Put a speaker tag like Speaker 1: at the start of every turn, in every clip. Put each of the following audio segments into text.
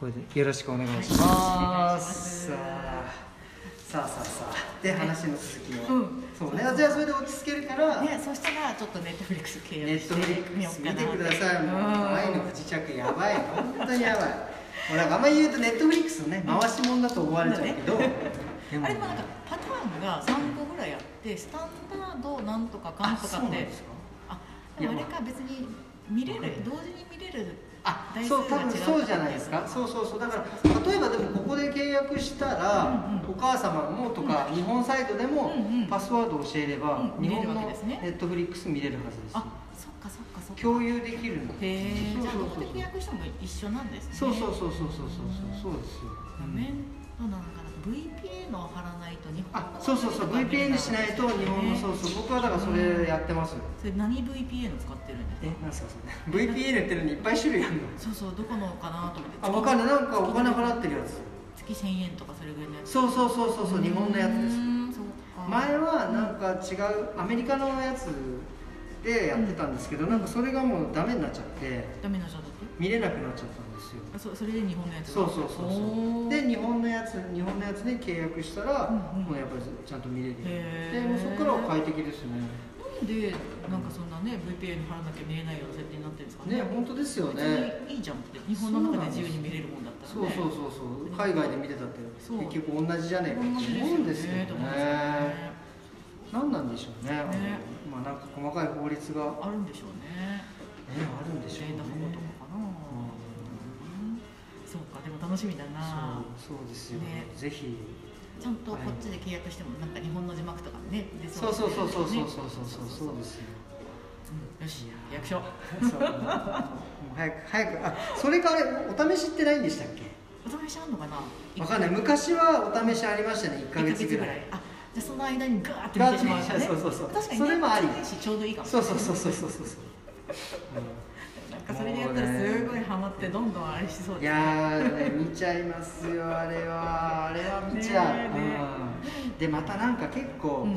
Speaker 1: これでよろしくお願いします,、
Speaker 2: はいお
Speaker 1: さあさあさあさあで話の続きを、
Speaker 2: うん
Speaker 1: そうねじゃあそれで落ち着けるから、
Speaker 2: ね、そしたらちょっとネットフリックス契
Speaker 1: ネ
Speaker 2: 約
Speaker 1: ッ
Speaker 2: し
Speaker 1: トフリ
Speaker 2: て
Speaker 1: ッ
Speaker 2: み
Speaker 1: ク
Speaker 2: よ
Speaker 1: ス
Speaker 2: う
Speaker 1: 見
Speaker 2: かな
Speaker 1: てくださいもう
Speaker 2: うん
Speaker 1: 愛の不時着やばい本当にやばいもうなんかあんまり言うとネットフリックスのね回しもんだと思われちゃうけど、でも
Speaker 2: あれでもなんかパターンが3個ぐらいあってスタンダードなんとかかん
Speaker 1: あ
Speaker 2: と
Speaker 1: そ
Speaker 2: か
Speaker 1: う
Speaker 2: っ
Speaker 1: なん
Speaker 2: て
Speaker 1: ですか
Speaker 2: あでもあれか別に見れる同時に見れる
Speaker 1: あ
Speaker 2: 台数
Speaker 1: そう多
Speaker 2: が違う
Speaker 1: 分そうじゃないですかそうそうそうだから例えばでもここで契約したら、
Speaker 2: うんう
Speaker 1: お母様もとか、日本サイトでも
Speaker 2: うんうん
Speaker 1: パスワードを教えれば、
Speaker 2: うん
Speaker 1: 日本
Speaker 2: 見れるわ
Speaker 1: の
Speaker 2: けですね
Speaker 1: ネットフリックス見れるはずです、
Speaker 2: あそっかそっかそっか
Speaker 1: 共有できるの
Speaker 2: へえ
Speaker 1: そう
Speaker 2: じゃあ
Speaker 1: そ
Speaker 2: ど
Speaker 1: う
Speaker 2: こ
Speaker 1: そう
Speaker 2: で契約しても一緒なんですね
Speaker 1: そうそうそうそうそうそうそうそうですよ、
Speaker 2: 画面のなんかな VPN を貼らないと日本
Speaker 1: あ
Speaker 2: の
Speaker 1: そうそうそう VPN しないと日本のそうそう僕はだからそれやってます、
Speaker 2: それ何 VPN 使ってるんです
Speaker 1: え
Speaker 2: か
Speaker 1: なんですかそれ VPN ってのにいっぱい種類あ るの
Speaker 2: そうそうどこのかなと思って
Speaker 1: あ分かんないなんかお金払ってるやつ
Speaker 2: 月1000円とかそれぐらいのやつ
Speaker 1: そうそうそうそうそう日本のやつです
Speaker 2: うーんそうか
Speaker 1: 前はなんか違うアメリカのやつでやってたんですけど、なんかそれがもうダメになっちゃって
Speaker 2: ダメなじゃんだって
Speaker 1: 見れなくなっちゃったんですよ
Speaker 2: あそそれで日本のやつ
Speaker 1: そうそうそうそうで
Speaker 2: で
Speaker 1: 日本のやつ日本のやつで契約したら、
Speaker 2: うんうん
Speaker 1: もうやっぱりちゃんと見れるように
Speaker 2: へ
Speaker 1: で
Speaker 2: ー
Speaker 1: もうそこからは快適ですね
Speaker 2: なんでなんかそんなね VPN 貼らなきゃ見えないような設定になってるんですかね
Speaker 1: ね本当ですよね
Speaker 2: 別にいいじゃんって日本の中で自由に見れるもんだった
Speaker 1: そう
Speaker 2: らね
Speaker 1: そうそうそう海外で見てたって
Speaker 2: そう
Speaker 1: 結局同じじゃねえか
Speaker 2: 同じ
Speaker 1: と
Speaker 2: ですよ
Speaker 1: 思うんですけどね
Speaker 2: ねと思うんですよね
Speaker 1: 何なんでしょうね
Speaker 2: ね
Speaker 1: まあなんか細かい法律が、ね、
Speaker 2: あるんでしょうね
Speaker 1: あるんでしょう
Speaker 2: データ保護と
Speaker 1: ね
Speaker 2: かかな、うんそうかでも楽しみだな
Speaker 1: そうそうですよ、
Speaker 2: ね
Speaker 1: ぜひ
Speaker 2: ちゃんとこっちで契約してもなんか日本の字幕とかね出
Speaker 1: そうそうそうそうそうそうそ
Speaker 2: ね
Speaker 1: うそうそうですよ
Speaker 2: うんよし役所
Speaker 1: そうもう早く早くあそれからお試しってないんでしたっけ
Speaker 2: お試しあんのかな
Speaker 1: わかんない昔はお試しありましたね1か月ぐらい
Speaker 2: あじゃあその間にガーって見てしまうからね
Speaker 1: ガーッて見てしまうそうそうそう
Speaker 2: 確かに、
Speaker 1: そ
Speaker 2: ね、
Speaker 1: れもあり
Speaker 2: 年始ちょうどいいかも
Speaker 1: そうそうそうそうそうそう
Speaker 2: なんかそれでやったらすごいハマってどんどんあれしそううん
Speaker 1: い
Speaker 2: です
Speaker 1: やー、ね、見ちゃいますよあれはあれは見ちゃう、
Speaker 2: ねえね
Speaker 1: うん、でまたなんか結構、
Speaker 2: うん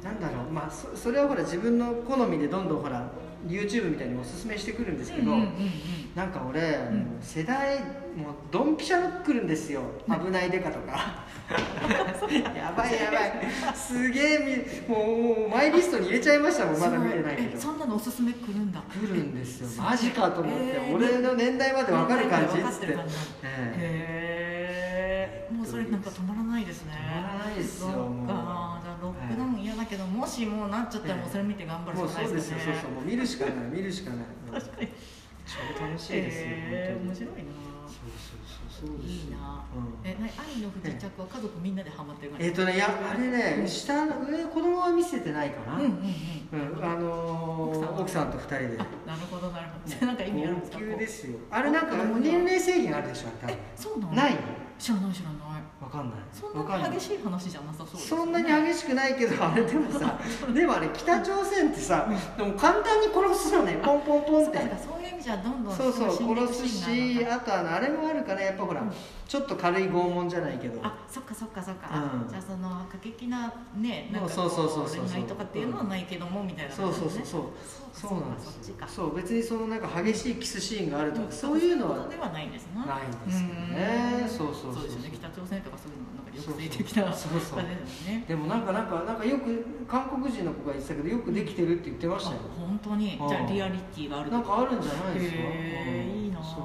Speaker 1: なんだろうまあそそれはほら自分の好みでどんどんほら YouTube みたいにおすすめしてくるんですけど、
Speaker 2: うんうんうんうん
Speaker 1: なんか俺、
Speaker 2: ん
Speaker 1: もう世代もうドンピシャ来るんですよ危ないデカと かやばいやばいすげえみもうもうマイリストに入れちゃいましたもんまだ見てないけ
Speaker 2: え
Speaker 1: ど
Speaker 2: そんなのおすすめ来るんだ
Speaker 1: 来るんですよ
Speaker 2: え
Speaker 1: マジかと思って、
Speaker 2: えー
Speaker 1: 俺の年代までわかる感じっ
Speaker 2: わか
Speaker 1: つ
Speaker 2: っ
Speaker 1: ってて
Speaker 2: る感じ
Speaker 1: ええ
Speaker 2: へえもうそれなんか止まらないですね
Speaker 1: 止まらないですよ
Speaker 2: そっか
Speaker 1: もう
Speaker 2: じゃあロックダウン嫌だけど、もしもうなっちゃったらもうそれ見て頑張る
Speaker 1: も
Speaker 2: し
Speaker 1: う
Speaker 2: かない
Speaker 1: そうで
Speaker 2: ですす
Speaker 1: よ
Speaker 2: ね
Speaker 1: そうそうもう見るしかない見るしかない
Speaker 2: 確かに
Speaker 1: 超楽しいですよ、
Speaker 2: へえ
Speaker 1: 本当に
Speaker 2: 面白いな
Speaker 1: そうそうそうそうです
Speaker 2: いいな、
Speaker 1: うん
Speaker 2: えな愛の不時着は家族みんなでハマってる感じ
Speaker 1: えっ、とねいやあれね下の上子供は見せてないか
Speaker 2: う
Speaker 1: な、
Speaker 2: んうんうん
Speaker 1: うんあのー、奥
Speaker 2: 奥
Speaker 1: さ
Speaker 2: さ
Speaker 1: んと二人で
Speaker 2: なるほどなるほど それなんか意味あるんですか
Speaker 1: 高級
Speaker 2: こう
Speaker 1: ですよあれなんか年齢制限あるでしょあれ
Speaker 2: えそうな
Speaker 1: 多
Speaker 2: の
Speaker 1: 分ない
Speaker 2: 知らない知らない
Speaker 1: わかんない
Speaker 2: そ
Speaker 1: わ
Speaker 2: ん
Speaker 1: か
Speaker 2: なに激
Speaker 1: い
Speaker 2: しい話じゃなさそうです
Speaker 1: そんなに激しくないけ どあれでもさでもあれ北朝鮮ってさでも簡単に殺すのねポンポンポン
Speaker 2: そ
Speaker 1: っ
Speaker 2: う
Speaker 1: て
Speaker 2: かそうかそういう意味じゃどんどん
Speaker 1: そうそう
Speaker 2: 死んでいく
Speaker 1: 殺す
Speaker 2: シーン
Speaker 1: し
Speaker 2: があるのか
Speaker 1: あとあのあれもあるからやっぱほら、
Speaker 2: うん
Speaker 1: ちょっと軽い拷問じゃないけど
Speaker 2: あそっかそっかそっか、
Speaker 1: うん
Speaker 2: じゃあその過激なねなんか
Speaker 1: そうそうそうそうそう
Speaker 2: 恋愛とかっていうのはないけどもみたいな
Speaker 1: そ
Speaker 2: 感
Speaker 1: う
Speaker 2: じ
Speaker 1: そ
Speaker 2: ね
Speaker 1: うそうそう
Speaker 2: そ
Speaker 1: そう
Speaker 2: か
Speaker 1: うなんで
Speaker 2: そっ
Speaker 1: す
Speaker 2: ち
Speaker 1: よ
Speaker 2: か
Speaker 1: そう別にそのなんか激しいキスシーンがあるとか、
Speaker 2: ん
Speaker 1: そういうのは
Speaker 2: そうではないんですね
Speaker 1: ないんですよね
Speaker 2: うん
Speaker 1: そうそうそうそう
Speaker 2: ですよね北朝鮮とかそういうのなんか抑制的な
Speaker 1: そうそうそうそう
Speaker 2: あれですね
Speaker 1: でもなんかなんかなんかよく韓国人の子が言ってたけどよくできてるって言ってま
Speaker 2: あ
Speaker 1: したよ、
Speaker 2: 本当にじゃあリアリティがある
Speaker 1: なんかあるんじゃないですか
Speaker 2: へ
Speaker 1: うん
Speaker 2: えいいなあ
Speaker 1: そ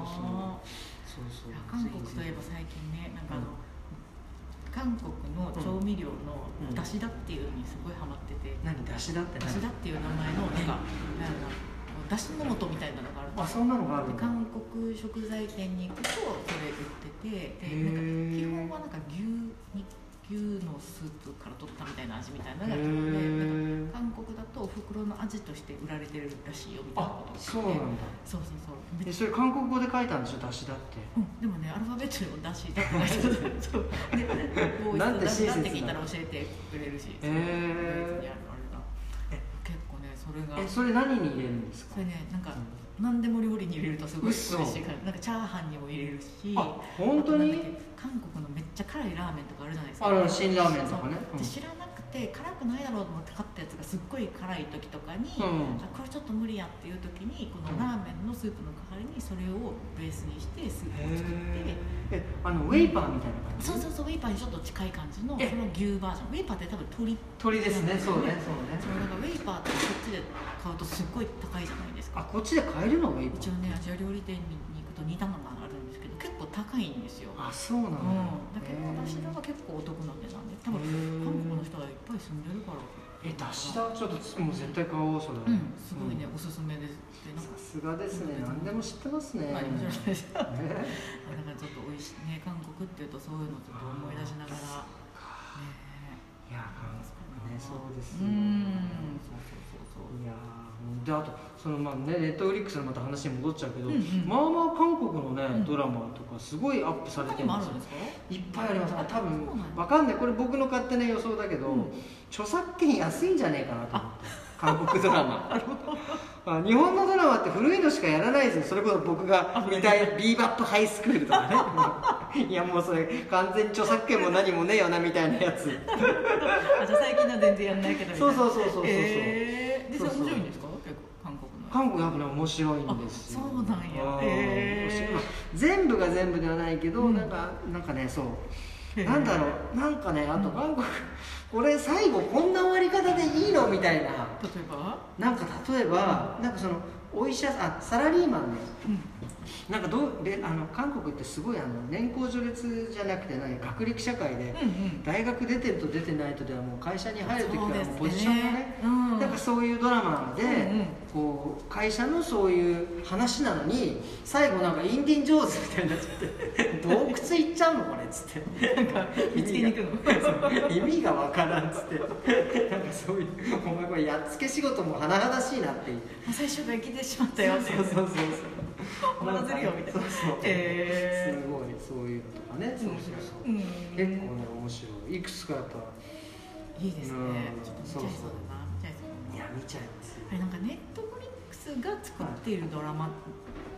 Speaker 1: うそうそうそう
Speaker 2: いや韓国といえば最近ねなんかあの、
Speaker 1: う
Speaker 2: 韓国の調味料の
Speaker 1: うん
Speaker 2: だしだっていうのにすごいハマってて、
Speaker 1: 何出しだって
Speaker 2: だ
Speaker 1: 何
Speaker 2: しだっていう名前のなんかなんだだしの素みたいなのがあるん
Speaker 1: あ
Speaker 2: ですよ
Speaker 1: そんなのがある
Speaker 2: で
Speaker 1: んだ
Speaker 2: 韓国食材店に行くとそれ売っててで
Speaker 1: へ
Speaker 2: なん
Speaker 1: ー
Speaker 2: か基本はなんか牛に牛のスープから取ったみたいな味みたいなのが
Speaker 1: へ
Speaker 2: あってなん
Speaker 1: え
Speaker 2: か韓国だとお袋の味として売られてるらしいよみたいな
Speaker 1: あ
Speaker 2: ことを聞いて
Speaker 1: そうなんだ
Speaker 2: そうそうそうめっ
Speaker 1: えそれ韓国語で書いたんでしょ出しだって
Speaker 2: うん、でもねアルファベットにも出しだってないけどそうでこう
Speaker 1: なんて
Speaker 2: 出しだっ
Speaker 1: 親
Speaker 2: て
Speaker 1: 切な
Speaker 2: 聞いたら教えてくれる
Speaker 1: へ
Speaker 2: しそう
Speaker 1: ー
Speaker 2: ドイツにあるあれが
Speaker 1: え
Speaker 2: 結構ねそれが
Speaker 1: えそれ何に入れるんですか
Speaker 2: それねなんか何でも料理に入れるとすごい
Speaker 1: 嘘
Speaker 2: 美味しいからなんかチャーハンにも入れるし
Speaker 1: あ本当
Speaker 2: あとなんだ
Speaker 1: に
Speaker 2: っけ韓国のめっちゃ辛いラーメンとかあるじゃないですか
Speaker 1: ある辛ラーメンとかね
Speaker 2: そうで知らなくって辛くないだろうと思って買ったやつがすっごい辛い時とかに、
Speaker 1: うん
Speaker 2: あこれちょっと無理やっていう時にこ
Speaker 1: う
Speaker 2: の
Speaker 1: ん
Speaker 2: ラーメンのスープの代わりにそれをベースにしてスープを作って
Speaker 1: へええあのウェイパーみたいな感じ
Speaker 2: そうそうそうウェイパーにちょっと近い感じのそ
Speaker 1: え
Speaker 2: の牛バージョンウェイパーって多分鶏
Speaker 1: 鳥ですねそうねそうね
Speaker 2: そうなんかウェイパーってこっちで買うとすっごい高いじゃないです
Speaker 1: あ
Speaker 2: か
Speaker 1: こっちで買えるのウェイパ
Speaker 2: うち
Speaker 1: ー
Speaker 2: のねアジア料理店に行くと似たのがあるんですけど結構高いんですよ
Speaker 1: あそうなんだ、
Speaker 2: うん、だけど
Speaker 1: へえ
Speaker 2: 私らは結構お得なんでなんで多分
Speaker 1: へえ
Speaker 2: 韓国の人がいっぱい住んでるから
Speaker 1: え出しだちょっとつもう絶対買おうそれ、
Speaker 2: うんすごいね、
Speaker 1: う
Speaker 2: おすすめですで
Speaker 1: ん
Speaker 2: な
Speaker 1: さ
Speaker 2: んか
Speaker 1: すがですね何でも知ってますね、
Speaker 2: まあ面白 いです だか
Speaker 1: ね
Speaker 2: らちょっと美味しいね韓国っていうとそういうのちょっと思い出しながらね
Speaker 1: いやーねそうです
Speaker 2: う
Speaker 1: よ
Speaker 2: んそうそうそうそう
Speaker 1: いやーであとそのまあねネットフリックスのまた話に戻っちゃうけど、
Speaker 2: うんうん
Speaker 1: まあまあ韓国のね、
Speaker 2: ん
Speaker 1: ドラマとかすごいアップされ
Speaker 2: 他
Speaker 1: て
Speaker 2: に
Speaker 1: る
Speaker 2: もあ
Speaker 1: んです
Speaker 2: る
Speaker 1: よ
Speaker 2: んですか
Speaker 1: いっぱいありますあ多分
Speaker 2: そうなんだ
Speaker 1: わかんないこれ僕の勝手な予想だけど、
Speaker 2: うん
Speaker 1: 著作権安いんじゃねえかなと思って韓国ドラマあ日本のドラマって古いのしかやらないですよそれこそ僕が見たいビーバップハイスクールとか ねいやもうそれ完全に著作権も何もねえよなみたいなやつ
Speaker 2: あじゃあ最近のは全然やんないけどみたい
Speaker 1: そう
Speaker 2: な
Speaker 1: そうそうそうそうそう
Speaker 2: えー、でそれ
Speaker 1: そうそう
Speaker 2: 面白いんですか結構韓国の
Speaker 1: 韓国やっぱね面白いんですよ
Speaker 2: あそうなんや
Speaker 1: あー
Speaker 2: へ
Speaker 1: 面
Speaker 2: ー
Speaker 1: 白いまあ全部が全部ではないけど、
Speaker 2: うん
Speaker 1: なんかなんかねそう
Speaker 2: へー
Speaker 1: なんだろうなんかねあと韓国、これ最後こんな終わり方でいいのみたいな
Speaker 2: 例えば
Speaker 1: なんか例えば、なんかそのお医者さんあサラリーマンね
Speaker 2: うん
Speaker 1: なんかどうであの韓国ってすごいあの年功序列じゃなくて何学歴社会で、
Speaker 2: うんうん
Speaker 1: 大学出てると出てないとではもう会社に入る時からもうポジションがね
Speaker 2: うん
Speaker 1: なんかそういうドラマで、
Speaker 2: うんうん
Speaker 1: こう会社のそういう話なのに最後なんかインディン・ジョーンズみたいになっちゃ って洞窟行っちゃうのこれっつってなんか
Speaker 2: 見つけに行くの
Speaker 1: 意味がわからんっつってなんかそういうお前これやっつけ仕事も甚だしいなっていう
Speaker 2: もう最初から来てしまったよってい
Speaker 1: そ
Speaker 2: う
Speaker 1: うそうそうそう
Speaker 2: お待たせるよみたいな
Speaker 1: そうそう、
Speaker 2: へ
Speaker 1: すごいそういうのとかねそうそうそう、
Speaker 2: うん
Speaker 1: 結構ね面白いいくつかやっぱ
Speaker 2: いいですね
Speaker 1: うん
Speaker 2: ちょっと見ちゃいそうだな見ちゃいそうだない
Speaker 1: や見ちゃいます
Speaker 2: あれなんかネットフリックスが作っているドラマ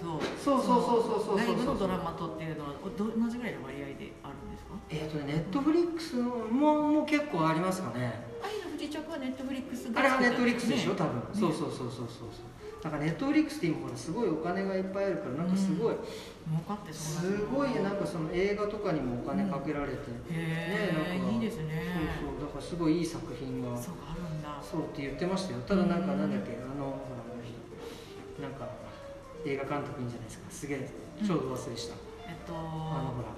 Speaker 2: と
Speaker 1: そうそうそうそうそうそうそう
Speaker 2: のライブのドラマとっていうのはおど同じぐらいの割合であるんですか
Speaker 1: えっ、とねネットフリックスのももう結構ありますかね
Speaker 2: 愛の不時着はネットフリックス
Speaker 1: あ
Speaker 2: が
Speaker 1: れは
Speaker 2: 作
Speaker 1: ネットフリ
Speaker 2: ったん
Speaker 1: ック
Speaker 2: で
Speaker 1: ス
Speaker 2: す
Speaker 1: で
Speaker 2: ね
Speaker 1: しょ、多分、そうそうそうそうそうそうだからネットフリックスって今ほらすごいお金がいっぱいあるからなんかすごい、
Speaker 2: 儲かってそう
Speaker 1: すごいなん
Speaker 2: か
Speaker 1: かその映画とかにもお金かけられて、ね
Speaker 2: へ
Speaker 1: なんか
Speaker 2: えいいですね
Speaker 1: そうそうだからすごいいい作品が
Speaker 2: そうかあるんだ
Speaker 1: そうって言ってましたよただなんか
Speaker 2: うん
Speaker 1: なんだっけあのほらあの人なんか映画監督いいんじゃないですかすげえちょうど忘れした、
Speaker 2: えっと
Speaker 1: あのほら、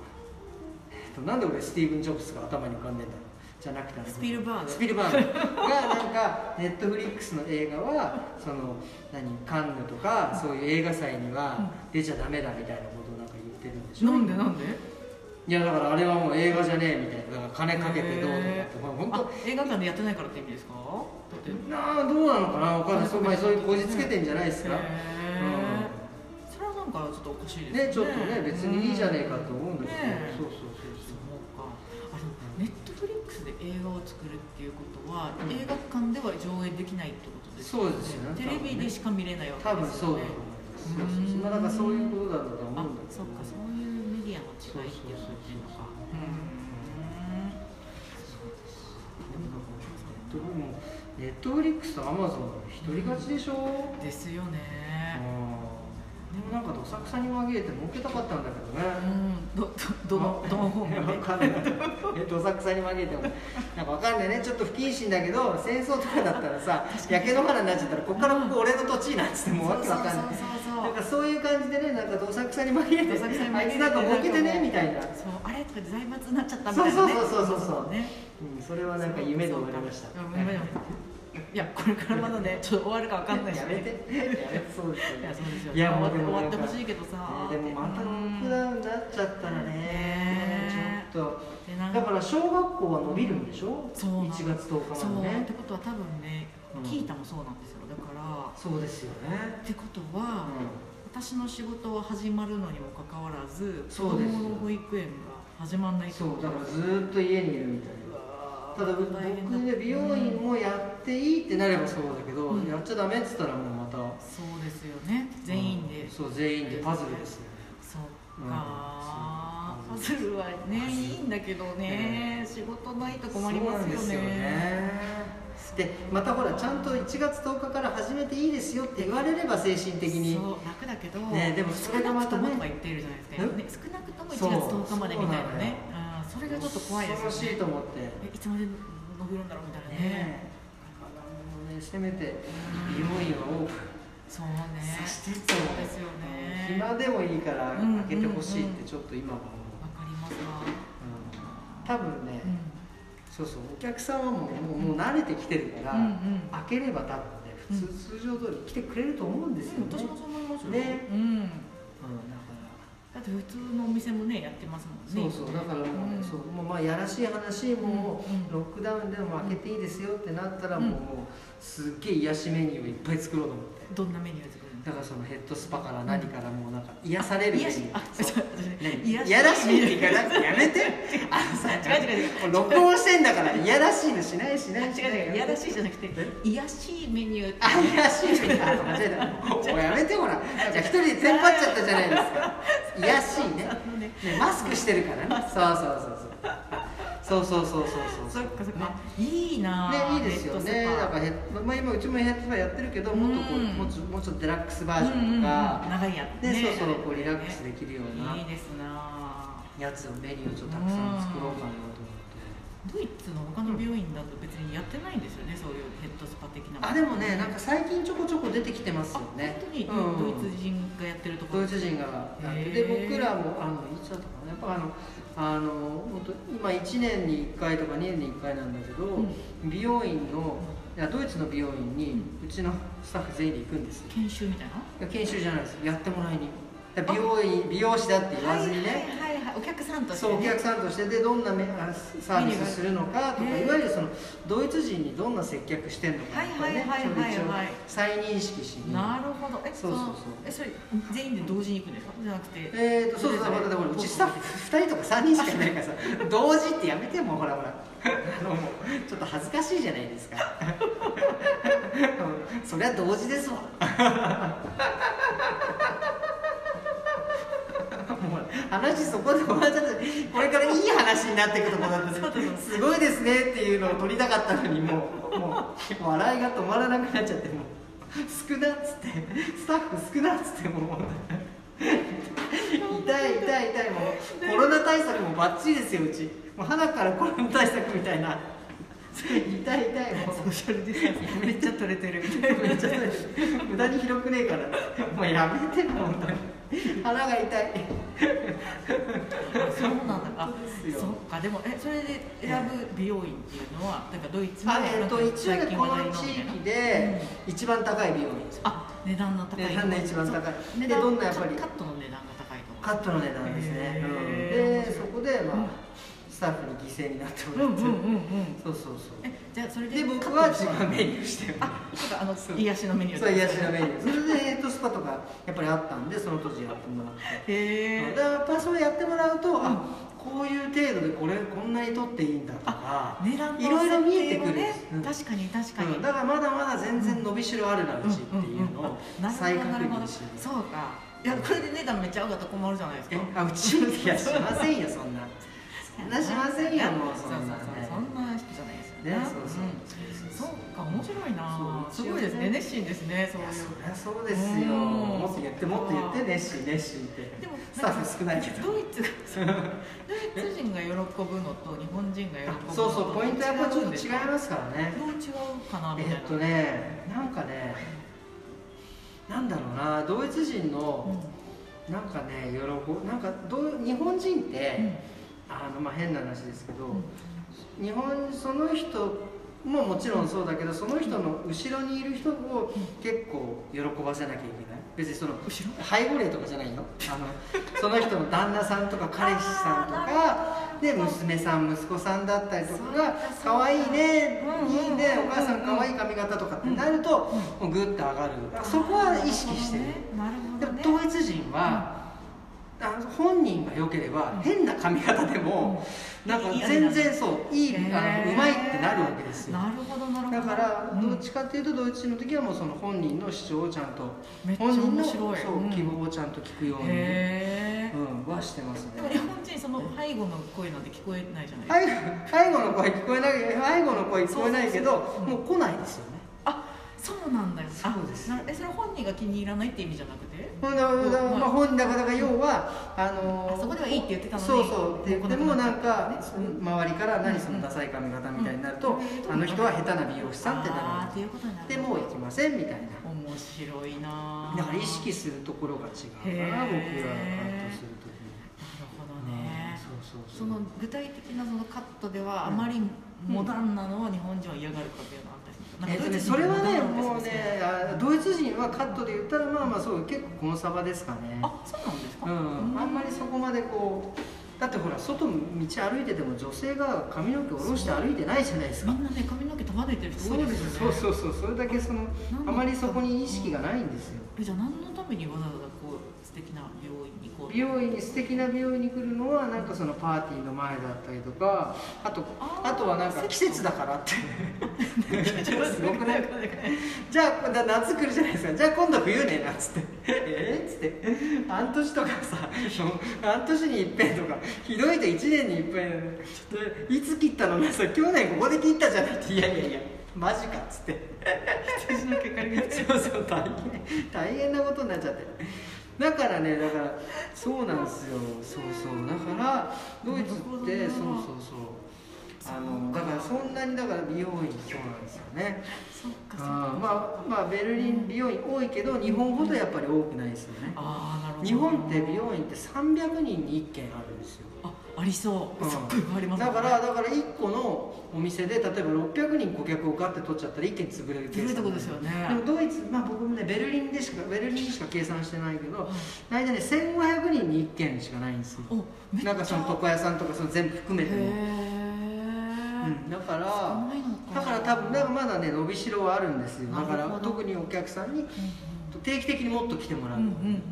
Speaker 1: えっと、なんで俺スティーブン・ジョブズが頭に浮かんでんだろうじゃなくてあの
Speaker 2: スピルバーグ
Speaker 1: スピルバーグがなんかネットフリックスの映画はその何カンヌとかそういう映画祭には出ちゃダメだみたいなことをなんか言ってるんでしょ
Speaker 2: なんでなんで
Speaker 1: いやだからあれはもう映画じゃねえみたいなだから金かけてどうとかってまあ本当
Speaker 2: あ映画館でやってないからって意味ですかだって
Speaker 1: なあどうなのかなわかんないそう,、まあ、そういうこじつけてんじゃないですか、
Speaker 2: へえそれはなんかちょっとおかしいですね
Speaker 1: ねちょっとね別にいいじゃねえかと思うんだけど、
Speaker 2: ねえ
Speaker 1: そうそう
Speaker 2: そ
Speaker 1: そう
Speaker 2: うかあのネットフリックスで映画を作るっていうことは、映画館では上映できないってことです
Speaker 1: そうですよね
Speaker 2: テレビでしか見れないわ
Speaker 1: 多
Speaker 2: け
Speaker 1: 分
Speaker 2: です
Speaker 1: そう
Speaker 2: よ
Speaker 1: だ
Speaker 2: ね
Speaker 1: と思いますそうそ
Speaker 2: うん
Speaker 1: うそうまあだからそういうことだろうとは思
Speaker 2: あ
Speaker 1: うんだけ
Speaker 2: そ
Speaker 1: ど
Speaker 2: っ
Speaker 1: ね
Speaker 2: かそういうメディアの違いっていうのが出てるのかうん
Speaker 1: でももうネットフリックスとアマゾンの独り勝ちでしょ、う
Speaker 2: ですよ
Speaker 1: あ
Speaker 2: ね
Speaker 1: ーでもなんかどさくさに紛れて儲けたかったんだけどね、
Speaker 2: うんどどどのどの方もね
Speaker 1: わかんないえどさくさに紛れてもなんかわかんないねちょっと不謹慎だけど戦争とかだったら さ焼け野原になっちゃったらこっからここ俺の土地なんつってもうわけわかんない
Speaker 2: そうそうそうそう
Speaker 1: なんかそういう感じでねなんかどさくさに紛れて
Speaker 2: どさくさに紛
Speaker 1: あ
Speaker 2: れて
Speaker 1: いつなんか儲けてねみたいな、
Speaker 2: そうあれとかで財閥になっちゃったみたいなね
Speaker 1: そうそうそうそうそう
Speaker 2: ね
Speaker 1: うん、それはなんか夢で終わりました
Speaker 2: そうかそうか夢で終わりま したいやこれからまだねちょっと終わるかわか んないし、ね、
Speaker 1: やめてやめてそうですよ
Speaker 2: いやそうですよ
Speaker 1: いやもう
Speaker 2: 終わって
Speaker 1: でもなんか
Speaker 2: 終わってほしいけどさ
Speaker 1: ねでもまたロックダウンになっちゃったらね
Speaker 2: ね
Speaker 1: ちょっ
Speaker 2: でなん
Speaker 1: とだから小学校は伸びるんでしょ
Speaker 2: そうな
Speaker 1: 1
Speaker 2: んです
Speaker 1: 月10日
Speaker 2: そう
Speaker 1: まで
Speaker 2: っ
Speaker 1: ね
Speaker 2: てことは多分ね
Speaker 1: うん
Speaker 2: 聞いたもそうなんですよだから
Speaker 1: そうですよね
Speaker 2: ってことは、私の仕事は始まるのにもかかわらず子
Speaker 1: そうですよ
Speaker 2: 供の保育園が始まんないって
Speaker 1: そ
Speaker 2: こ
Speaker 1: う
Speaker 2: と
Speaker 1: だからずーっと家にいるみたいな
Speaker 2: わー
Speaker 1: ただ僕
Speaker 2: 大変
Speaker 1: ね美容院もやっていいってなればそうだけど、
Speaker 2: うん
Speaker 1: やっちゃダメっつったらもうまた
Speaker 2: そうですよね全員で、
Speaker 1: そう全員でパズルですね
Speaker 2: そっ
Speaker 1: うん
Speaker 2: かー、
Speaker 1: そう
Speaker 2: パズルはねいいんだけどね仕事ないと困りま
Speaker 1: そう
Speaker 2: すよね
Speaker 1: なんですよねでまたほらちゃんと1月10日から始めていいですよって言われれば精神的に
Speaker 2: そう楽だけど、
Speaker 1: ねでもそれがまたね
Speaker 2: 少なくともとか言ってるじゃないですか、
Speaker 1: ん
Speaker 2: ね、少なくとも
Speaker 1: そう
Speaker 2: 1月10日までみたいなね
Speaker 1: そう
Speaker 2: あーそれがちょっと怖いです
Speaker 1: 恐ろしい
Speaker 2: よ
Speaker 1: と
Speaker 2: ね
Speaker 1: 思ってね
Speaker 2: えいつまで伸びるんだろうみたいなね
Speaker 1: えだからもうねせめて美容院はオープ
Speaker 2: そう
Speaker 1: ン
Speaker 2: ね
Speaker 1: させてと
Speaker 2: そう
Speaker 1: 思って
Speaker 2: ですよね
Speaker 1: 暇
Speaker 2: わ
Speaker 1: でもいいから開けてほしいってちょっと今は思う、
Speaker 2: かりますわ、
Speaker 1: うん多分ね、
Speaker 2: うん
Speaker 1: そうそうお客さんはもうもうもう慣れてきてるから、
Speaker 2: うんうん
Speaker 1: 開ければ多分ね普通,、
Speaker 2: うん
Speaker 1: 通常通り来てくれると思うんですよね、
Speaker 2: うん私もそう思いますよ
Speaker 1: ね
Speaker 2: うん、
Speaker 1: うんだから
Speaker 2: だって普通のお店もねやってますもん
Speaker 1: そうそ
Speaker 2: ね
Speaker 1: うだからもうね、
Speaker 2: うん
Speaker 1: そうもうまあやらしい話も、
Speaker 2: うん
Speaker 1: ロックダウンでも開けていいですよってなったらもう,、
Speaker 2: うん
Speaker 1: もうすっげえ癒しメニューをいっぱい作ろうと思って
Speaker 2: どんなメニュー作るんで
Speaker 1: だからそのヘッドスパから何からもうなんか癒されるメニ
Speaker 2: 癒
Speaker 1: ュ
Speaker 2: し
Speaker 1: ー
Speaker 2: あ
Speaker 1: そう
Speaker 2: 違う
Speaker 1: い
Speaker 2: 癒
Speaker 1: やらしいって言い方やめて あのさ
Speaker 2: 違う違う違う
Speaker 1: もう録音してんだからいやらしいのしないし
Speaker 2: あ
Speaker 1: ないしな
Speaker 2: 違う違ういやらしいじゃなくて
Speaker 1: え
Speaker 2: 癒やしいメニューって
Speaker 1: あいやらしいのあ間違えたもうやめてほらなんか一人でテンパっちゃったじゃないですかいやらしいね
Speaker 2: あのね
Speaker 1: ねマスクしてる からねそうそうそうそうそうそうそうそ
Speaker 2: そ
Speaker 1: う
Speaker 2: っ
Speaker 1: そ
Speaker 2: か
Speaker 1: う
Speaker 2: そっか、いいな
Speaker 1: ね
Speaker 2: あ
Speaker 1: いいですよ
Speaker 2: ネ
Speaker 1: ね
Speaker 2: ットスー
Speaker 1: だ
Speaker 2: パ
Speaker 1: か
Speaker 2: ー
Speaker 1: らヘッまあ、今うちもヘッドスパやってるけどもっとこう、
Speaker 2: うん
Speaker 1: もうちょもうちょっとデラックスバージョンと
Speaker 2: うん
Speaker 1: か
Speaker 2: うんうん、長いやつ
Speaker 1: ね
Speaker 2: ね
Speaker 1: そうそうこうリラックスできるようない
Speaker 2: いですなあ
Speaker 1: やつをメニューをちょっとたくさん作ろうかなと思って。
Speaker 2: ドイツの他の病院だと別にやってないんですよねそういうヘッドスパ的なもの
Speaker 1: あでもねなんか最近ちょこちょこ出てきてます
Speaker 2: あ
Speaker 1: よね
Speaker 2: 本当に
Speaker 1: うん
Speaker 2: ドイツ人がやってるとこ
Speaker 1: ド
Speaker 2: ろ
Speaker 1: イツ人がやって
Speaker 2: へ
Speaker 1: で
Speaker 2: ー
Speaker 1: 僕らもあのいつだったかなやっぱあのあの本当今1年に1回とか2年に1回なんだけど、
Speaker 2: う
Speaker 1: 美容院のいやドイツの美容院にうちのスタッフ全員で行くんですよ
Speaker 2: 研修みたいない
Speaker 1: や研修じゃないですやってもらいにだから美容院美容師だって言わずにね、
Speaker 2: はいはいはいはいお客さんとして、
Speaker 1: そう
Speaker 2: ね、
Speaker 1: お客さんとしてでどんなメあサービスするのかと
Speaker 2: メニューが
Speaker 1: かい
Speaker 2: へー
Speaker 1: わゆるそのドイツ人にどんな接客してんのかとかね
Speaker 2: はいはいはいはいはい
Speaker 1: それを一応再認識しに
Speaker 2: なるほどえ
Speaker 1: そうそうそう
Speaker 2: のえそれ全員で同時に行くんですかじゃなくて
Speaker 1: えーとそうそうそうだからうちスタッフ2人とか3人しかいないからさ同時ってやめてもうほら ほらあのもうちょっと恥ずかしいじゃないですか うんそりゃ同時ですわもうほら話そこで終わっちゃったこれからいい話になっていくとこだった
Speaker 2: そうそうそう
Speaker 1: すごいですねっていうのを取りたかったのにもうもう笑いが止まらなくなっちゃってもう少なっつってスタッフ少なっつってもう痛い痛い痛いもうコロナ対策もバッチリですようちもう鼻からコロナ対策みたいな痛い痛いも
Speaker 2: ソ
Speaker 1: う
Speaker 2: ーシャルディスタンスめっちゃ取れてるみたいな
Speaker 1: めっちゃ痛い無駄に広くねえからもうやめてもう本当に鼻が痛い
Speaker 2: そうなんだ。あ
Speaker 1: 本当です、よ
Speaker 2: そっか。でもえそれで選ぶ美容院っていうのは、なんかドイツの
Speaker 1: あえっと
Speaker 2: なんか
Speaker 1: 一応ねこの地域で一番高い美容院ですよ
Speaker 2: あ値段の高い
Speaker 1: 値段が一番高い
Speaker 2: そう
Speaker 1: で
Speaker 2: 値段
Speaker 1: どんなやっぱり
Speaker 2: カットの値段が高いと思う
Speaker 1: カットの値段ですね、
Speaker 2: へー
Speaker 1: うんでそこでまあ、スタッフに犠牲になっても
Speaker 2: う
Speaker 1: ら
Speaker 2: ん
Speaker 1: っ
Speaker 2: うん
Speaker 1: て、
Speaker 2: うんうん
Speaker 1: そうそうそう
Speaker 2: えじゃあそれで
Speaker 1: で
Speaker 2: カ
Speaker 1: 僕
Speaker 2: ッ
Speaker 1: は
Speaker 2: ト
Speaker 1: 自分メニューしてる
Speaker 2: あそうかあの
Speaker 1: そう
Speaker 2: 癒しのメニュー
Speaker 1: そう癒しのメニューそれでヘッドスパとかやっぱりあったんでその当時やってもらって
Speaker 2: ュー
Speaker 1: だ
Speaker 2: へえ
Speaker 1: からやっぱりそれやってもらうと、
Speaker 2: ん
Speaker 1: あこういう程度でこれこんなに取っていいんだとか
Speaker 2: 値段の
Speaker 1: いろいろ見えてくる
Speaker 2: 設定もね
Speaker 1: うん
Speaker 2: 確かに確かに、
Speaker 1: うんだからまだまだ全然伸びしろあるなうちっていうの
Speaker 2: んんん
Speaker 1: を
Speaker 2: あなるほど
Speaker 1: 再確
Speaker 2: なるほ
Speaker 1: 認
Speaker 2: ど
Speaker 1: しに
Speaker 2: そうかいやこれで値段めっちゃ上がったら困るじゃないですか
Speaker 1: えあうちもいやしませんよそんなそんなしませんよもうそんな
Speaker 2: そうそうそうそんな人じゃないですよね
Speaker 1: ねそうそう
Speaker 2: うんそうか面白いな
Speaker 1: そう
Speaker 2: すごいですね熱心ですねそう
Speaker 1: い
Speaker 2: いう
Speaker 1: やそりゃそうですよ
Speaker 2: うん
Speaker 1: もっと言ってもっと言ってネッシーネッシーって
Speaker 2: でも
Speaker 1: スタッフ少ないけど
Speaker 2: ドイツがドイツ人が喜ぶのと日本人が喜ぶのと
Speaker 1: そうそうポイントやっぱちょっと違い
Speaker 2: どう
Speaker 1: ますからね
Speaker 2: 違うかなみたいな
Speaker 1: えっとねなんかねなんだろうなドイツ人
Speaker 2: うん
Speaker 1: のなんかね喜ぶなんかどう日本人って、あのまあ変な話ですけど、日本その人ももちろんそうだけどその人の後ろにいる人を結構喜ばせなきゃいけない別にその
Speaker 2: 後ろ
Speaker 1: 背後霊とかじゃないよあの その人の旦那さんとか彼氏さんと
Speaker 2: あ
Speaker 1: か
Speaker 2: ーな
Speaker 1: で
Speaker 2: るほど
Speaker 1: 娘さん息子さんだったりとか
Speaker 2: そう
Speaker 1: が
Speaker 2: かそう
Speaker 1: 「
Speaker 2: か
Speaker 1: 可愛いね
Speaker 2: うんうん
Speaker 1: いいね
Speaker 2: うんう
Speaker 1: お
Speaker 2: ん
Speaker 1: 母さん可愛い髪型」とかってなるともうグッと上がるそこは意識してる
Speaker 2: なるほ
Speaker 1: で
Speaker 2: ど
Speaker 1: も
Speaker 2: ね
Speaker 1: ドイツ人は、あの本人が良ければ
Speaker 2: うん
Speaker 1: 変な髪型でもなんか
Speaker 2: いい
Speaker 1: 全然そういいあのうまいってなるわけですよ
Speaker 2: なるほどなるほど
Speaker 1: だから
Speaker 2: うん
Speaker 1: どっちかっていうとドイツ人の時はもうその本人の主張をちゃんと
Speaker 2: めっちゃ
Speaker 1: 本人の
Speaker 2: 面
Speaker 1: そう
Speaker 2: 白いうん
Speaker 1: 希望をちゃんと聞くように、
Speaker 2: へ
Speaker 1: うん、はしてます
Speaker 2: えでも日
Speaker 1: ね
Speaker 2: 本人その背後の声なんて聞こえないじゃないですか
Speaker 1: 背後背後の声聞こえない背後の声聞こえないけど
Speaker 2: そうそうそう
Speaker 1: もう来ないですよね
Speaker 2: そうなんだよあ
Speaker 1: そうです
Speaker 2: なえそれ本人が気に入らないって意味じゃなくて
Speaker 1: ほんだ
Speaker 2: うん
Speaker 1: だまあ、本だから要はあのー
Speaker 2: あそこではいいって言ってたのに
Speaker 1: そうそうで
Speaker 2: ここ
Speaker 1: で
Speaker 2: の
Speaker 1: もなんか、
Speaker 2: うん
Speaker 1: 周りから
Speaker 2: う
Speaker 1: 何
Speaker 2: ん
Speaker 1: そのダサい髪型みたいになると、
Speaker 2: うん
Speaker 1: あの人は下手な美容師さんって
Speaker 2: あ
Speaker 1: な
Speaker 2: ーっていうことになる
Speaker 1: るでもう行きませんみたいな
Speaker 2: 面白いなあ
Speaker 1: だから意識するところが違うから僕らがカットするときに
Speaker 2: なるほど
Speaker 1: うん
Speaker 2: ね
Speaker 1: そうそうそう
Speaker 2: その具体的なそのカットではあまりモダンなのを日本人は嫌がるかっていうのはあったりするなん
Speaker 1: え
Speaker 2: か
Speaker 1: っ
Speaker 2: ド
Speaker 1: と
Speaker 2: イ
Speaker 1: ね
Speaker 2: ツ人
Speaker 1: それはね
Speaker 2: モダンな
Speaker 1: も
Speaker 2: ん
Speaker 1: う
Speaker 2: ですよ
Speaker 1: ねあドイツ人はカットで言ったらまあまあそう結構コンサバですかね
Speaker 2: あそうなんですか
Speaker 1: うんあんまりそこまでこうだってほら外道歩いてても女性が髪の毛下ろして歩いてないじゃないです
Speaker 2: み
Speaker 1: か
Speaker 2: んなね髪の毛束ねてる人
Speaker 1: そ
Speaker 2: 多いうで
Speaker 1: です
Speaker 2: よね
Speaker 1: すそうそうそうそれだけその
Speaker 2: なん
Speaker 1: あ
Speaker 2: だ
Speaker 1: まりそこに意識がないんですよ
Speaker 2: えじゃあ何のためにわざわざこう素敵な美容院に行こうと
Speaker 1: 美容院に素敵な美容院に来るのはなんかそのパーティーの前だったりとかあと
Speaker 2: あー
Speaker 1: あとはなんか季節だからってすごくない
Speaker 2: い
Speaker 1: じゃあだ夏来るじゃないですかじゃあ今度冬ねなんつ って「えっ?」つって半年とかさ 半年に一遍とかひどいと1年に一遍でいつ切ったのねさ去年ここで切ったじゃないって「いやいやいやマジか」っつって
Speaker 2: 私の結果に
Speaker 1: そうそう大変大変なことになっちゃってだからねだからそうなんですよそうそうだからドイツってそうそうそうあのだからそんなにだから美容院そうなんですよね
Speaker 2: そっかそっか
Speaker 1: あーまあまあベルリン美容院多いけど日本ほどやっぱり多くないですよね
Speaker 2: あーなるほど
Speaker 1: 日本って美容院って300人に1軒あるんですよ
Speaker 2: あありそう
Speaker 1: うん
Speaker 2: すっごいいっぱいありますね
Speaker 1: だからだから1個のお店で例えば600人顧客をガッて取っちゃったら1軒潰れる
Speaker 2: ず
Speaker 1: 計
Speaker 2: るい
Speaker 1: 算
Speaker 2: とこですよね
Speaker 1: でもドイツ、まあ、僕もねベルリンでしかベルリンしか計算してないけど大体ね1500人に1軒しかないんですよ
Speaker 2: おめっち
Speaker 1: な
Speaker 2: ゃ
Speaker 1: んかその床屋さんとかその全部含
Speaker 2: へ
Speaker 1: めても、う
Speaker 2: え
Speaker 1: ん、だからだ
Speaker 2: だ
Speaker 1: から多分だからまだね伸びしろはあるんですよだか
Speaker 2: な
Speaker 1: ら
Speaker 2: るほど
Speaker 1: 特にお客さんに定期的にもっと来ても
Speaker 2: うん
Speaker 1: ら
Speaker 2: う
Speaker 1: う、
Speaker 2: んうん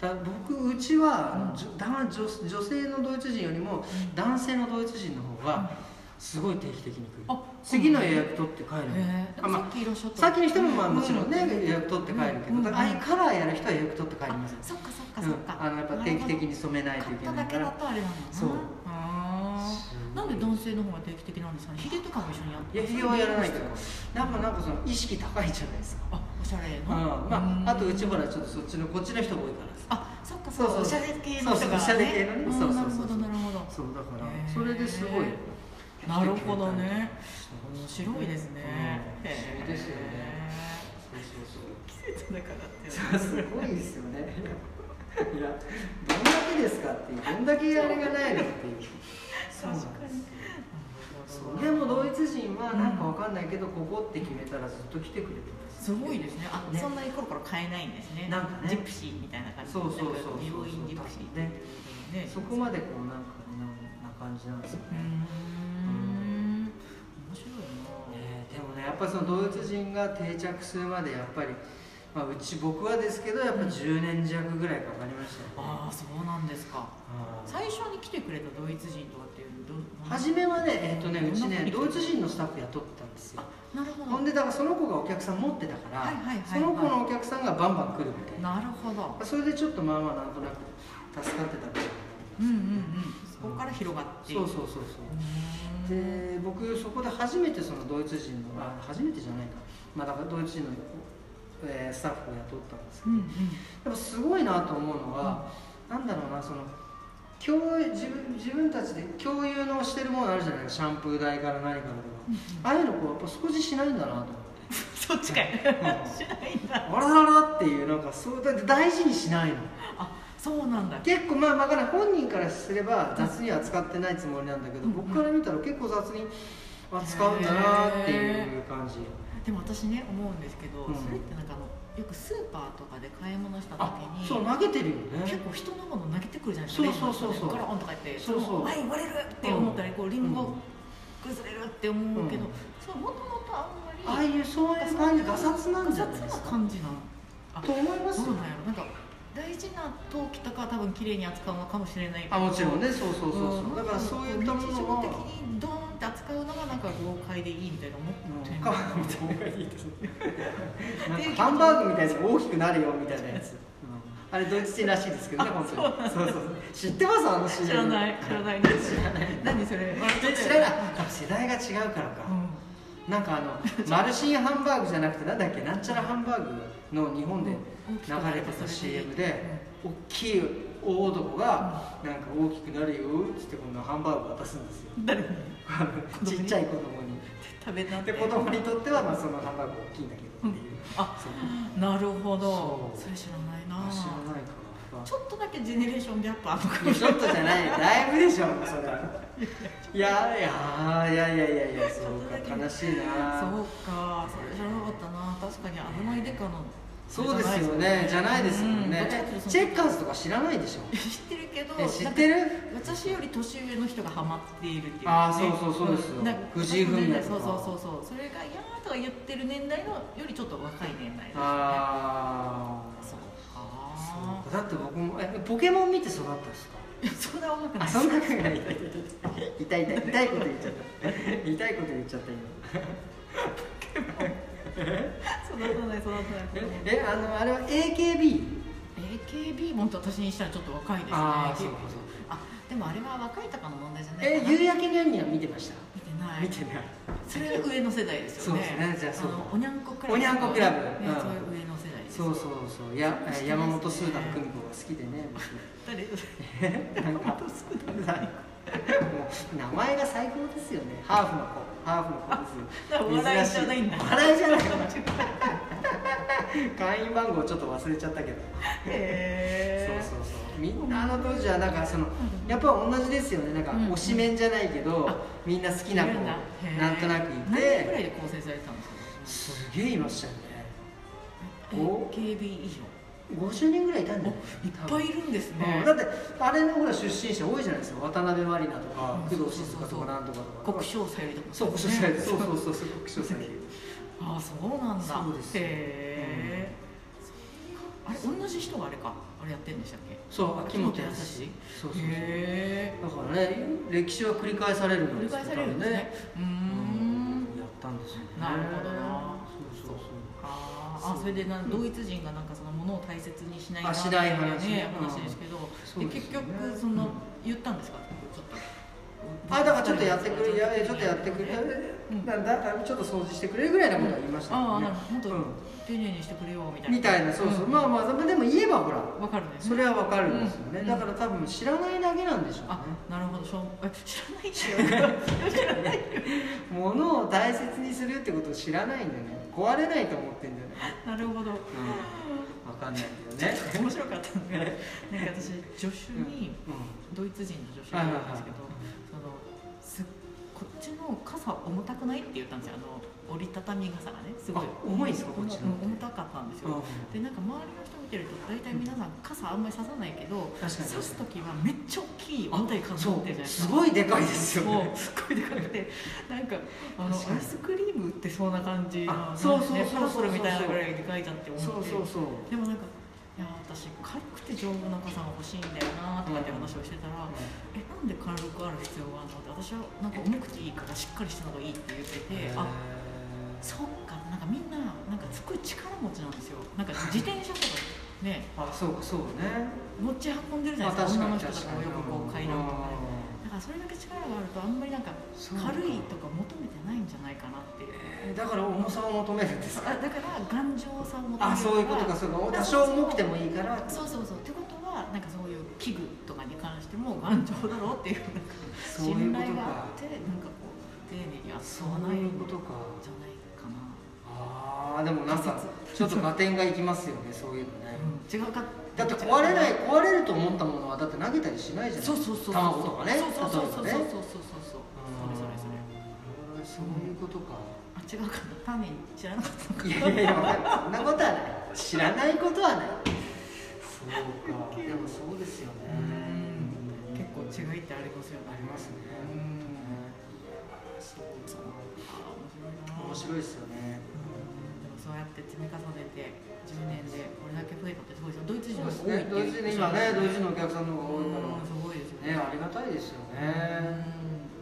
Speaker 1: だから僕うちは、じょ男女女性のドイツ人よりも男性のドイツ人の方がすごい定期的に来る、
Speaker 2: あ
Speaker 1: 次の予約取って帰る
Speaker 2: うんへえで
Speaker 1: あま
Speaker 2: もさ
Speaker 1: あ
Speaker 2: っきいらっしゃった
Speaker 1: さっきの人もまあもちろんね、
Speaker 2: う
Speaker 1: 予約取って帰るけど、
Speaker 2: うん
Speaker 1: だからああいうカラーやる人は予約取って帰り
Speaker 2: あ
Speaker 1: ます、
Speaker 2: そっかそっ
Speaker 1: う
Speaker 2: かそっ
Speaker 1: ん、
Speaker 2: か
Speaker 1: あのやっぱ定期的に染めないと
Speaker 2: 買
Speaker 1: い
Speaker 2: っ
Speaker 1: け
Speaker 2: た
Speaker 1: な
Speaker 2: だ
Speaker 1: いか
Speaker 2: けだ
Speaker 1: ら
Speaker 2: とあれなんだな
Speaker 1: そう
Speaker 2: あーなんで男性の方が定期的なんですかねヒゲとかも一緒にやって
Speaker 1: いやひげはやらないけどなんかなんかその意識高いじゃないですか、
Speaker 2: あおしゃれ
Speaker 1: うん
Speaker 2: な
Speaker 1: ま
Speaker 2: ん
Speaker 1: あ、あとうちほらちょっとそっちのこっちの人が多いからさ
Speaker 2: あそっかそっ
Speaker 1: そうそう
Speaker 2: かおしゃれ系の人
Speaker 1: そうそ
Speaker 2: がね
Speaker 1: うおしゃれ系のね
Speaker 2: うん
Speaker 1: そうそう
Speaker 2: な
Speaker 1: そう
Speaker 2: るほどなるほど
Speaker 1: そうだから
Speaker 2: へー
Speaker 1: それですごい
Speaker 2: なるほどね
Speaker 1: そう
Speaker 2: 面白いですね
Speaker 1: うん
Speaker 2: へ
Speaker 1: そう
Speaker 2: ー
Speaker 1: ですよねそうそうそう
Speaker 2: 季節だからって
Speaker 1: それはすごいですよねいやどんだけですかっていうどんだけあれがないのっていうそうなんですよそうでもドイツ人はなんかわかんないけど、ここって決めたらずっと来てくれてます
Speaker 2: すごいですねあ
Speaker 1: ね
Speaker 2: そんなにコロコロ買えないんですね
Speaker 1: なんかね
Speaker 2: ジプシーみたいな感じ
Speaker 1: そうそうそう
Speaker 2: なんか美容院ジプシーっていうのね
Speaker 1: そこまでこうなんかこんな感じなんですよ
Speaker 2: うー
Speaker 1: ね、
Speaker 2: ん面白いな
Speaker 1: ねでもねやっぱりそのドイツ人が定着するまでやっぱり、まあ、うち僕はですけどやっぱ10年弱ぐらいかかりましたよね、
Speaker 2: ああそうなんですか
Speaker 1: あー
Speaker 2: 最初に来てくれたドイツ人とかっていうのはど
Speaker 1: 初めはねえっ、とねうち
Speaker 2: どんな
Speaker 1: ね
Speaker 2: 国
Speaker 1: ドイツ人のスタッフ雇ってたんですよ
Speaker 2: なるほ
Speaker 1: ほん
Speaker 2: ど
Speaker 1: でだからその子がお客さん持ってたから、
Speaker 2: はいはいはいは
Speaker 1: そ
Speaker 2: い
Speaker 1: の子のお客さんがバンバン来るみたいな
Speaker 2: なるほど
Speaker 1: それでちょっとまあまあなんとなく助かってたみたいな
Speaker 2: うんうんうんそこから広がってい
Speaker 1: そう
Speaker 2: く
Speaker 1: そうそう
Speaker 2: う
Speaker 1: そ
Speaker 2: ー
Speaker 1: う
Speaker 2: ん
Speaker 1: で僕そこで初めてそのドイツ人のあ初めてじゃないかまあだからドイツ人の、えースタッフを雇ったんですけ
Speaker 2: う
Speaker 1: ど、
Speaker 2: んう
Speaker 1: や
Speaker 2: ん
Speaker 1: っぱすごいなと思うのは、なんだろうなその共有自分自分たちで共有のしてるものあるじゃないシャンプー代から何からとか、
Speaker 2: うん
Speaker 1: ああいうのこうやっぱ掃除しないんだなと思って
Speaker 2: そっちかい
Speaker 1: う
Speaker 2: しないんだ
Speaker 1: あらららっていうなんかそうだって大事にしないの
Speaker 2: あそうなんだ
Speaker 1: 結構まあまあかんない本人からすれば雑には使ってないつもりなんだけど、
Speaker 2: うん
Speaker 1: 僕から見たら結構雑に扱うんだなっていう感じ
Speaker 2: でも私ね思うんですけど、
Speaker 1: うん
Speaker 2: それってなんかあのよくスーパーとかで買い物した時
Speaker 1: あ
Speaker 2: に
Speaker 1: そう投げてるよ
Speaker 2: 結
Speaker 1: ね
Speaker 2: 構人のもの投げてくるじゃないですか
Speaker 1: そうそうそうそう
Speaker 2: レジの人ねガロンとか言って
Speaker 1: そうそう
Speaker 2: はい割れるって思ったりこうリン
Speaker 1: うん
Speaker 2: ゴ崩れるって思うけど、
Speaker 1: うん
Speaker 2: そうもともとあんまり
Speaker 1: ああいうそういう感じがさつなんじゃ
Speaker 2: ガ
Speaker 1: ないで
Speaker 2: サ
Speaker 1: す
Speaker 2: ツな
Speaker 1: か
Speaker 2: 感じなのあ
Speaker 1: と思います
Speaker 2: そ
Speaker 1: よ
Speaker 2: うなんやろなんか大事な陶器とかは多分綺麗に扱うのかもしれないけど
Speaker 1: あもちろんねそうそうそうそう、だからそういったもの
Speaker 2: 日常
Speaker 1: は
Speaker 2: 的にドーンって扱うのがなんか豪快でいいみたいな思ってる
Speaker 1: うん皮みたいなのがいい ですねなんかハンバーグみたいなやつが大きくなるよみたいなやつ、うんあれドイツ人らしいですけどね本当にそうそう知ってますあの CM
Speaker 2: 知らない知らない知らない何それ笑っちゃった
Speaker 1: 知らない多分世代が違うからか、なんかあの マルシンハンバーグじゃなくてなんだっけなんちゃらハンバーグの日本で
Speaker 2: うん
Speaker 1: 流れてた CM で大きい大男がなんか大きくなるよっつってこんなハンバーグ渡すんですよ
Speaker 2: 誰に
Speaker 1: ちっちゃい子供に
Speaker 2: 食べなん
Speaker 1: で
Speaker 2: て
Speaker 1: 子供にとってはまあそのハンバーグ大きいんだけどっていう、
Speaker 2: あ
Speaker 1: そう
Speaker 2: なるほど
Speaker 1: そう
Speaker 2: それ知らないな
Speaker 1: 知らないかな
Speaker 2: ちょっとだけジェネレーションギャップあるのか
Speaker 1: いやちょっとじゃないだいぶでしょそれいやいやいやいやいやいやそうか悲しいな
Speaker 2: そうかそれ知らなかったな確かに危ないデカの
Speaker 1: そうですよね、じゃないですもん
Speaker 2: うん
Speaker 1: ね
Speaker 2: どっちかっていう。と
Speaker 1: チェッカーズとか知らないでしょ。
Speaker 2: 知ってるけど
Speaker 1: え知ってる
Speaker 2: なんか私より年上の人がハマっているっていう、
Speaker 1: あーそうそうそうですよ
Speaker 2: なんか
Speaker 1: 藤井文也と
Speaker 2: そう
Speaker 1: か
Speaker 2: そうそうそうそれが「いやー」とか言ってる年代のよりちょっと若い年代ですね
Speaker 1: あ
Speaker 2: そう
Speaker 1: あ
Speaker 2: か
Speaker 1: だって僕もえポケモン見て育ったんですか。
Speaker 2: いや そんな若くな
Speaker 1: あ
Speaker 2: い
Speaker 1: そ んな ことない痛い痛い痛い痛いこと言っちゃった。痛いこと言っちゃった今。
Speaker 2: 育たない育たない
Speaker 1: ええあのあれは AKB。
Speaker 2: AKB もんと私にしたらちょっと若いですね
Speaker 1: あーそう
Speaker 2: AKB
Speaker 1: かそう
Speaker 2: あでもあれは若いとかの問題じゃない
Speaker 1: え
Speaker 2: かな
Speaker 1: 夕焼けにゃんにゃん見てました。
Speaker 2: 見てない
Speaker 1: 見てない。
Speaker 2: それは上の世代ですよね
Speaker 1: そうですねじゃあそう
Speaker 2: のおにゃんこクラブ
Speaker 1: おにゃんこクラブ
Speaker 2: ね
Speaker 1: うん
Speaker 2: そういう上の世代です
Speaker 1: そうそうそう。や
Speaker 2: 知ってますね
Speaker 1: 山本スーダン久美子が好きでね。
Speaker 2: 誰
Speaker 1: 僕なんかもう名前が最高ですよね。ハーフの子、ハーフの子
Speaker 2: だから
Speaker 1: です。
Speaker 2: 笑いじゃないんだ
Speaker 1: 珍し笑いじゃない。会員番号ちょっと忘れちゃったけど。
Speaker 2: へー
Speaker 1: そうそうそう。みんなあの当時はなんかそのやっぱ同じですよね。なんか
Speaker 2: うん
Speaker 1: 推しメンじゃないけど、みんな好きな子
Speaker 2: いるんだへー
Speaker 1: なんとなくい
Speaker 2: 何人ぐら
Speaker 1: て、
Speaker 2: いで構成されてたんですか
Speaker 1: すげえいましたよね。お
Speaker 2: AKB 以
Speaker 1: 50人ぐらいいたん
Speaker 2: 上
Speaker 1: だ
Speaker 2: おい
Speaker 1: よね。
Speaker 2: っぱいいるんです
Speaker 1: う
Speaker 2: ね
Speaker 1: んだってあれのほら出身者多いじゃないですか渡辺満里奈とか
Speaker 2: う
Speaker 1: 工
Speaker 2: ん
Speaker 1: 藤静香とかなんとかとか
Speaker 2: 国章さゆりとか
Speaker 1: そう国書されてそうそうそうそう国書されて
Speaker 2: ああそうなんだ
Speaker 1: そうです
Speaker 2: へーあれ同じ人があれかあれやってんでしたっけ
Speaker 1: そう秋元
Speaker 2: 秋元
Speaker 1: 康
Speaker 2: 康
Speaker 1: そうそうそう
Speaker 2: へえ
Speaker 1: だからね歴史は繰り返されるの
Speaker 2: 繰り返されるんですねうーん
Speaker 1: やったんですよね
Speaker 2: なるほどな
Speaker 1: そうそうそう
Speaker 2: あーあそれでなドイツ人がなんかそのものを大切にしない
Speaker 1: あ
Speaker 2: な
Speaker 1: しない話
Speaker 2: ね
Speaker 1: ね
Speaker 2: 話ですけど、
Speaker 1: そう
Speaker 2: で
Speaker 1: です
Speaker 2: 結
Speaker 1: よ
Speaker 2: 局
Speaker 1: ね
Speaker 2: その、
Speaker 1: うん
Speaker 2: 言ったんですかちょっと
Speaker 1: あだからちょっとやってくれやちょっとやってくれ
Speaker 2: うん
Speaker 1: なんだちょっと掃除してくれるぐらいなことは言いましたけ
Speaker 2: あ
Speaker 1: ど
Speaker 2: あ
Speaker 1: ね
Speaker 2: なるほど
Speaker 1: う
Speaker 2: 本
Speaker 1: ん
Speaker 2: 当丁寧にしてくれよみたいな
Speaker 1: みたいなそうそうまあまあでも言えばほら
Speaker 2: あわかるね
Speaker 1: それはわかるんですよね、
Speaker 2: うん
Speaker 1: だから多分知らないだけなんでしょうね
Speaker 2: あなるほどしょんえ知らない知らない
Speaker 1: 物を大切にするってことを知らないんだよね壊れないと思ってんだよね
Speaker 2: なるほど
Speaker 1: うんわかんないけどね
Speaker 2: 面白かったのがなんか私助手に、
Speaker 1: う
Speaker 2: ドイツ人の女子がいるんですけど、そのすこっちの傘重たくないって言ったんですよあの折りたたみ傘がねすごい
Speaker 1: あ重いんですかこっちの
Speaker 2: うん重たかったんですよ、でなんか周りの人見てると大体皆さん傘あんまりささないけど
Speaker 1: 確かに確かに
Speaker 2: さす時はめっちゃ大きい
Speaker 1: ん
Speaker 2: 重たい傘持ってるじゃない
Speaker 1: そう
Speaker 2: ですすか
Speaker 1: ごいでかいですよ
Speaker 2: も
Speaker 1: ね
Speaker 2: うすっごいでかくてなんかあの
Speaker 1: 確かに
Speaker 2: アイスクリーム売ってそうな感じの
Speaker 1: あそうそうそうそう
Speaker 2: パラソルみたいなぐらいでかいじゃんって思って
Speaker 1: そうそうそう
Speaker 2: でもなんかいや私軽くて丈夫な傘が欲しいんだよなとかって話をしてたら、えなんで軽くある必要があるのって私はなんか重くていいからしっかりしたのがいいって言ってて、あそっかなんかみんななんかすごい力持ちなんですよなんか自転車とかね
Speaker 1: あそうかそうね
Speaker 2: 持ち運んでるじゃないですか女の人とかもよくこう階段とかね
Speaker 1: う
Speaker 2: だからそれだけ力があるとあんまりなんか
Speaker 1: そうか
Speaker 2: 軽いとか求めてないんじゃないかなっていうん
Speaker 1: えーだから重さを求めるんですか
Speaker 2: あだから頑丈さを求める
Speaker 1: あそういうことかそうか多少重くてもいいから
Speaker 2: そうそうそうってことはなんかそういう器具とかに関しても頑丈だろうっていうなんか
Speaker 1: そういう
Speaker 2: 信
Speaker 1: こと
Speaker 2: 頼があ
Speaker 1: か
Speaker 2: ってなんかこう丁寧にはそ
Speaker 1: そうう
Speaker 2: ない
Speaker 1: いう
Speaker 2: こ
Speaker 1: こととか
Speaker 2: じゃないか
Speaker 1: あ
Speaker 2: な、
Speaker 1: ーでもなんかちょっと合点がいきますよねそういうのね、
Speaker 2: うん、違うか
Speaker 1: だって壊れない壊れると思ったものはだって投げたりしないじゃない
Speaker 2: そうそうそうそう
Speaker 1: 卵とかね
Speaker 2: そうそうそうそうそうそうそう
Speaker 1: 例えばね
Speaker 2: そ
Speaker 1: うんそ
Speaker 2: うそれそれ
Speaker 1: ういうことか
Speaker 2: それあ違うかな単に知らなかったのか
Speaker 1: いやいやいやわかんないそんなことはない知らないことはないそうかでもそうですよね
Speaker 2: 結構違いってありますよね
Speaker 1: ありますねそうか
Speaker 2: あー面白いな
Speaker 1: 面白いですよね
Speaker 2: うんでもそうやって積み重ねて10年でこれだけ増えたってすごいですよドイツ人
Speaker 1: そう
Speaker 2: も
Speaker 1: ですね同時に
Speaker 2: 多いっていう
Speaker 1: 今ね同時のお客さんの方が多いか
Speaker 2: うんすごいですよ
Speaker 1: らねありがたいですよね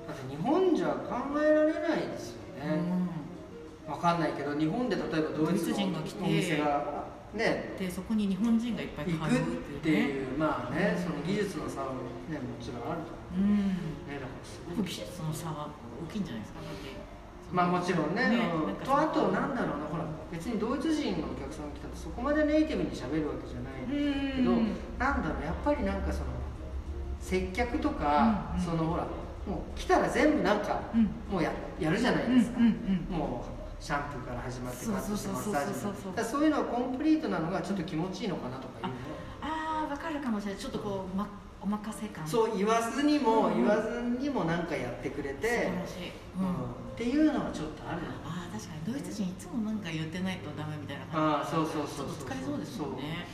Speaker 1: だって日本じゃ考えられないですよ
Speaker 2: うん
Speaker 1: ねわかんないけど日本で例えばドイツ
Speaker 2: ドイツ人
Speaker 1: の
Speaker 2: が来て
Speaker 1: お店がね
Speaker 2: うんでそこに日本人がいっぱい
Speaker 1: 行
Speaker 2: 通
Speaker 1: くっ
Speaker 2: うって
Speaker 1: て
Speaker 2: いうね
Speaker 1: いうまあねその技術の差はねもちろんあると
Speaker 2: うん
Speaker 1: ねだからす
Speaker 2: で
Speaker 1: ご
Speaker 2: も
Speaker 1: く
Speaker 2: 技術の差は大きいんじゃないですかだってその
Speaker 1: まあもちろんねうん
Speaker 2: なんか
Speaker 1: とあとなんだろうなほら別にドイツ人のお客さんが来たらそこまでネイティブに喋るわけじゃない
Speaker 2: うん
Speaker 1: けど、なんだろうやっぱりなんかその接客とか、
Speaker 2: うんうん
Speaker 1: そのほらもう来たら全部なんか、
Speaker 2: うん
Speaker 1: もうややるじゃな
Speaker 2: う
Speaker 1: い
Speaker 2: んうん
Speaker 1: ですか、
Speaker 2: うん
Speaker 1: もうシャンプーから始まって
Speaker 2: そう
Speaker 1: カットしてマッサージ
Speaker 2: そうそうそうそう
Speaker 1: だからそういうのはコンプリートなのがちょっと気持ちいいのかなとかいうの
Speaker 2: ああわかるかもしれないちょっとこう、ま、お任せ感う
Speaker 1: そう言わずにも、
Speaker 2: うん
Speaker 1: 言わずにもなんかやってくれ
Speaker 2: 素晴
Speaker 1: て、
Speaker 2: らしい、
Speaker 1: う
Speaker 2: うんん
Speaker 1: っていうのはちょっとあるの
Speaker 2: ああ確かにドイツ人いつもなんか言ってないとダメみたい
Speaker 1: あ
Speaker 2: な感
Speaker 1: ー
Speaker 2: じ
Speaker 1: そうそうそうそう
Speaker 2: ちょっと疲れそうですもんね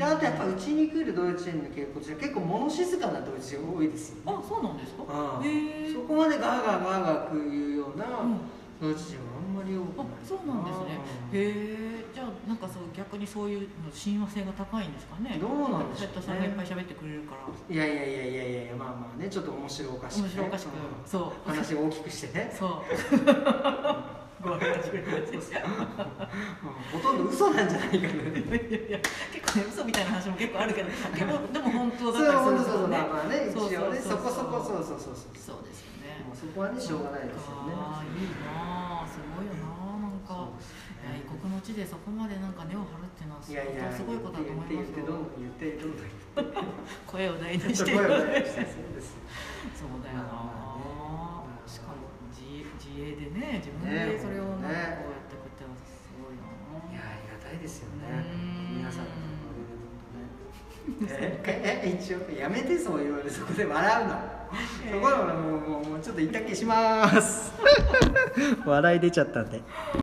Speaker 1: であとやっぱ
Speaker 2: うん
Speaker 1: うちに来るドイツ人の傾向として結構物静かなドイツ人多いですよね、
Speaker 2: あそうなんですか
Speaker 1: うん
Speaker 2: へえ
Speaker 1: そこまでガーガーガーガー言うような、
Speaker 2: うん
Speaker 1: ドイツ人はあんまり多く
Speaker 2: あ
Speaker 1: ない
Speaker 2: そうなんですね
Speaker 1: ね
Speaker 2: へえじゃあなんかそう逆にそういうの親和性が高いんですかね
Speaker 1: どうなんでしょうね
Speaker 2: 斉藤さんがいっぱい喋ってくれるから
Speaker 1: いやいやいやいやいやいやまあまあねちょっと面白おかしく、ね、
Speaker 2: 面白おかしく
Speaker 1: う
Speaker 2: そ
Speaker 1: ん話を大きくして
Speaker 2: う
Speaker 1: ね、
Speaker 2: そうごめんなさい
Speaker 1: うんほとんど嘘なんじゃないかな
Speaker 2: 結構ね嘘みたいな話も結構あるけどでもでも本当
Speaker 1: そ
Speaker 2: だ
Speaker 1: う
Speaker 2: ったり
Speaker 1: 本当そう
Speaker 2: するんです
Speaker 1: そう
Speaker 2: よね
Speaker 1: まあまあね一
Speaker 2: そうそうそう
Speaker 1: 応ねそこそこそうそうそうそう
Speaker 2: そうですよ
Speaker 1: も
Speaker 2: ね
Speaker 1: うそこはねしょうがないですよね
Speaker 2: ああいいなあすごいよなあなんか
Speaker 1: そうです
Speaker 2: いや
Speaker 1: ね
Speaker 2: 異国の地でそこまでなんか根を張るっていうのは相
Speaker 1: いやいや
Speaker 2: 当すごいことだと思い
Speaker 1: 言っ
Speaker 2: ます
Speaker 1: て言ってどんど
Speaker 2: よ
Speaker 1: ん言ってどんどん
Speaker 2: 声を
Speaker 1: 言
Speaker 2: 大
Speaker 1: っ
Speaker 2: にしてて
Speaker 1: 声を
Speaker 2: るそう
Speaker 1: 大にしてそうです
Speaker 2: だよな
Speaker 1: ま
Speaker 2: あ
Speaker 1: あね
Speaker 2: しかも自自衛でね自分でそれをなんかこうやってくってのはすごい
Speaker 1: いや
Speaker 2: な
Speaker 1: あ
Speaker 2: あ
Speaker 1: りがたいですよね
Speaker 2: うん
Speaker 1: 皆さんのおかげで本当ねええ一応やめてそう言われそこで笑う のそこはもうもうもうちょっといたけします 笑い出ちゃったんで。
Speaker 2: い